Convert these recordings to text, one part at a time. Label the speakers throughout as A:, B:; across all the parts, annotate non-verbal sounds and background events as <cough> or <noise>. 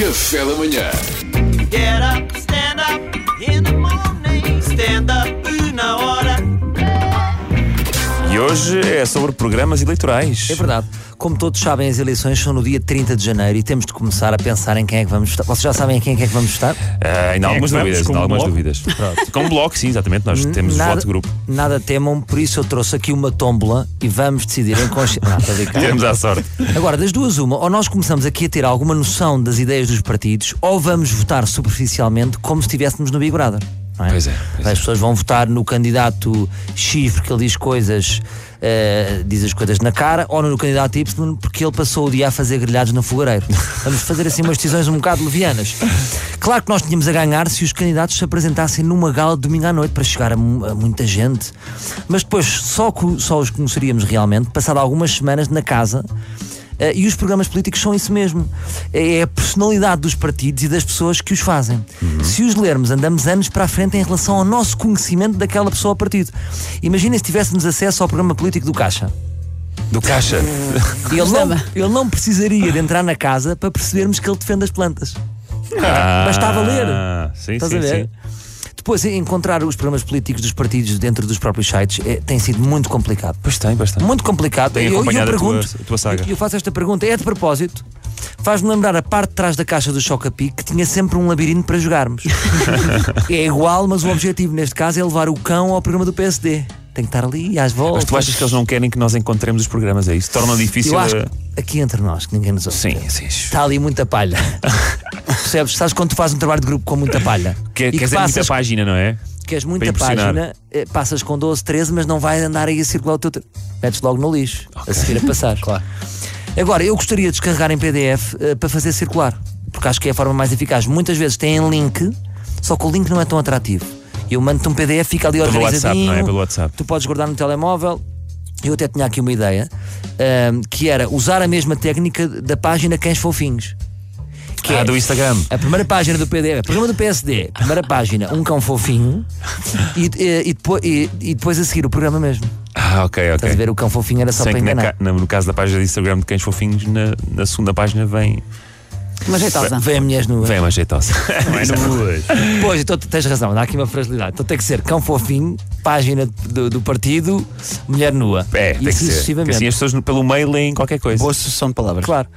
A: Café da manhã.
B: Get up, stand up in the morning. Stand up na hora.
C: E hoje é sobre programas eleitorais.
D: É verdade. Como todos sabem, as eleições são no dia 30 de janeiro e temos de começar a pensar em quem é que vamos votar. Vocês já sabem em quem é que vamos votar?
C: Ah,
D: é
C: ainda há algumas
E: que vamos?
C: dúvidas.
D: um
C: Ainda
E: Como
C: há algumas
E: bloco?
C: dúvidas. Como bloco, sim, exatamente. Nós temos o voto de grupo.
D: Hum, Nada temam, por isso eu trouxe aqui uma tómbola e vamos decidir em consciência. Não, tô a brincar.
C: Temos à sorte.
D: Agora, das duas, uma, ou nós começamos aqui a ter alguma noção das ideias dos partidos, ou vamos votar superficialmente como se estivéssemos no Big Brother. não
C: Pois é, pois
D: As pessoas vão votar no candidato X porque ele diz coisas, eh, diz as coisas na cara, ou no candidato Y porque ele passou o dia a fazer grelhados no fogareiro. Vamos fazer assim umas decisões um bocado levianas. Claro que nós tínhamos a ganhar se os candidatos se apresentassem numa gala de domingo à noite para chegar a, mu- a muita gente, mas depois só, co- só os conheceríamos realmente passado algumas semanas na casa. Eh, e os programas políticos são isso mesmo. É a personalidade dos partidos e das pessoas que os fazem.
C: Uhum.
D: Se os lermos, andamos anos para a frente em relação ao nosso conhecimento daquela pessoa ou partido. Imaginem se tivéssemos acesso ao programa político do Caixa.
C: Do
D: <laughs>
C: caixa.
D: Ele não, ele não precisaria de entrar na casa para percebermos que ele defende as plantas. Bastava ler.
C: Ah, Sim,
D: Estás
C: sim,
D: a ver?
C: sim.
D: Depois, encontrar os programas políticos dos partidos dentro dos próprios sites eh, tem sido muito complicado.
C: Pois tem, bastante.
D: Muito complicado.
C: Tem
D: E eu, e eu
C: acompanhado a tua-
D: pergunto,
C: a tua saga.
D: Eu faço esta pergunta, é de propósito. Faz-me lembrar a parte de trás da caixa do Chocapic que tinha sempre um labirinto
C: <laughs>
D: para jogarmos. é igual, mas o objetivo neste caso é levar o cão ao programa do PSD. Tem que estar ali às voltas.
C: Mas tu achas que eles não querem que nós encontremos os programas? É isso? Torna difícil.
D: Eu
C: a-
D: acho que aqui entre nós, que ninguém nos ouve.
C: Sim, sim.
D: Está ali muita palha.
C: <laughs>
D: Percebes? Sabes quando tu fazes um trabalho de grupo com muita palha?
C: Quer,
D: E
C: quer dizer, muita
D: passas,
C: página, não é?
D: queres muita
C: para impressionar.
D: página, eh, passas com 12, 13, mas não vai andar aí a circular o teu. tra- Metes logo no lixo, a seguir a
C: <laughs>
D: passar. claro. Agora, eu gostaria de descarregar em PDF eh, para fazer circular, porque acho que é a forma mais eficaz. Muitas vezes têm link, só que o link não é tão atrativo. Eu mando-te um PDF, fica ali
C: Pelo
D: organizadinho.
C: WhatsApp, não é? Pelo WhatsApp.
D: Tu podes guardar no telemóvel. Eu até tinha aqui uma ideia, ahm, que era usar a mesma técnica da página Cães Fofinhos. Que
C: Ah,
D: é-
C: do Instagram.
D: a primeira página do PDF, programa do PSD, primeira página, um cão fofinho, e, e- e depois, e- e depois a seguir o programa mesmo.
C: Ah, ok,
D: Estás a
C: ok.
D: ver, o cão fofinho era só
C: Sem
D: para
C: que na
D: enganar.
C: ca- na- no caso da página do Instagram de Cães Fofinhos, na, na segunda página vem,
D: Mas jeitosa. Vem a minhas nuas.
C: vem uma
D: <laughs>
C: jeitosa.
D: Pois, então tens razão, dá aqui uma fragilidade. Então tem que ser cão fofinho, página do, do partido, mulher nua.
C: É,
D: e
C: tem que
D: assim
C: ser. Porque
D: sucessivamente.
C: assim as pessoas no- pelo mail leem qualquer coisa.
E: Boa sucessão de palavras.
D: Claro.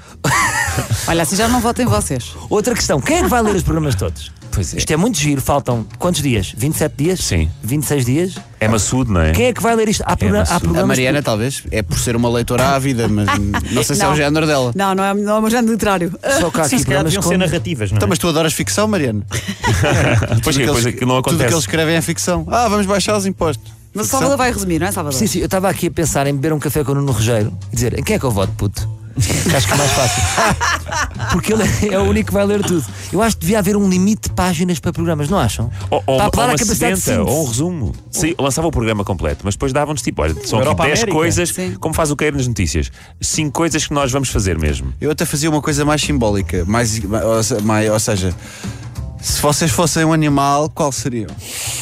F: Olha, assim já não votem vocês.
D: Outra questão, quem é que vai ler os programas todos?
C: Pois é.
D: Isto é muito giro, faltam quantos dias? 27 dias?
C: Sim.
D: 26 dias?
C: É maçudo, não é?
D: Quem é que vai ler isto? Há, progra- há
C: absurdo.
E: A
D: programas.
E: Mariana, talvez, é por ser uma leitora ávida, mas não sei se é o
F: Não.
E: género dela.
F: Não, não é, não é o meu género literário.
D: Só
E: <laughs>
D: que há aqui programas com-
G: narrativas, não
E: Então, mas tu adoras ficção, Mariana?
C: Pois é,
E: Tudo
C: coisa
E: eles-
C: que não
E: Tudo o que eles
C: acontece.
E: escrevem é ficção. Ah, vamos baixar os impostos.
F: Mas o
E: Ficção?
F: Salvador vai resumir, não é Salvador?
D: Sim, sim, eu estava aqui a pensar em beber um café com o Nuno Rogério e dizer em quem é que eu voto, puto? <laughs> Que acho que é mais fácil. <laughs> Porque ele é o único que vai ler tudo. Eu acho que devia haver um limite de páginas para programas, não acham?
C: Ou, ou,
D: Para
C: uma- ou
D: apelar
C: uma
D: à capacidade de
C: sedenta,
D: síntese.
C: ou um resumo. Sim, lançava o programa completo, mas depois davam-nos tipo: olha, são aqui
G: Europa
C: 10
G: América.
C: coisas,
F: Sim.
C: como faz o Cair nas Notícias. 5 coisas que nós vamos fazer mesmo.
E: Eu até fazia uma coisa mais simbólica, mais, ou se- mais- ou seja, se vocês fossem um animal, qual seriam?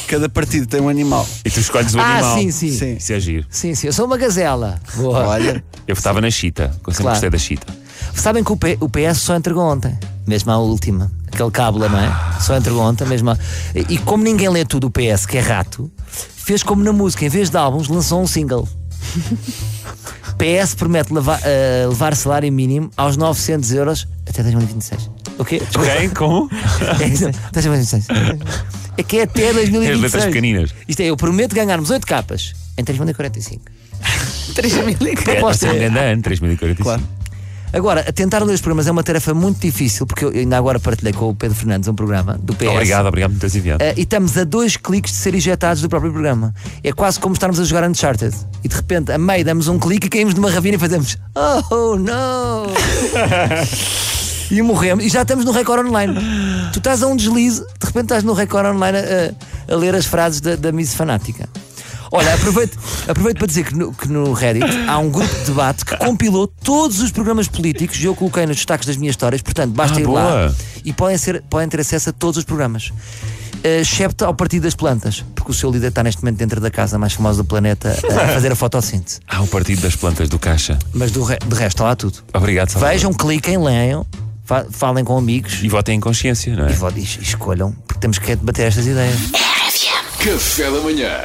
E: Cada partido tem um animal.
C: E tu escolhes o
D: Ah,
C: animal.
D: sim, sim.
E: Sim.
C: Isso é giro.
D: Sim, sim, eu sou uma gazela. Boa.
E: Olha,
C: Eu votava na Chita, eu sempre
D: Claro.
C: gostei da Chita.
D: Sabem que o, P- o PS só entregou ontem, mesmo à última. Aquele cábula, não é? Só entregou ontem, mesmo à... E e como ninguém lê tudo o PS, que é rato, fez como na música, em vez de álbuns, lançou um single. <laughs> PS promete leva- eh, levar salário mínimo aos 900 euros até 2026.
C: <laughs>
D: O quê? <laughs>
C: Quem? Com?
D: É isso, até 2026. É que é até
C: As letras
D: 2026.
C: pequeninas.
D: Isto é, eu prometo ganharmos 8 capas em 3045.
F: 3 mil e quê?
C: É, vai
D: Proposta
C: ser um grande ano, 3045.
E: Claro.
D: Agora, a tentar ler os programas é uma tarefa muito difícil, porque eu ainda agora partilhei com o Pedro Fernandes um programa do PS.
C: Obrigado, obrigado por teres enviado.
D: Eh, e estamos a dois cliques de ser ejetados do próprio programa. É quase como estarmos a jogar Uncharted. E de repente, a meio, damos um clique e caímos numa ravina e fazemos Oh, não! e morremos. E já estamos no Record Online. Tu estás a um deslize, de repente estás no Record Online a, a- a ler as frases da, da Miss Fanática. Olha, aproveito, aproveito para dizer que no, que no Reddit há um grupo de debate que compilou todos os programas políticos e eu coloquei nos destaques das minhas histórias, portanto, basta
C: Ah,
D: ir lá
C: boa.
D: e podem, ser, podem ter acesso a todos os programas. Eh, Excepto ao Partido das Plantas, porque o seu líder está neste momento dentro da casa mais famosa do planeta a
C: <laughs>
D: fazer a fotossíntese.
C: Há o Partido um das Plantas do Caixa.
D: Mas do re- de resto, está lá tudo.
C: Obrigado, Salvador.
D: Vejam, cliquem, leiam, fa- falem com amigos
C: E votem em consciência, não é?
D: e vo- e escolham, porque temos que é debater estas ideias.
A: Café da manhã.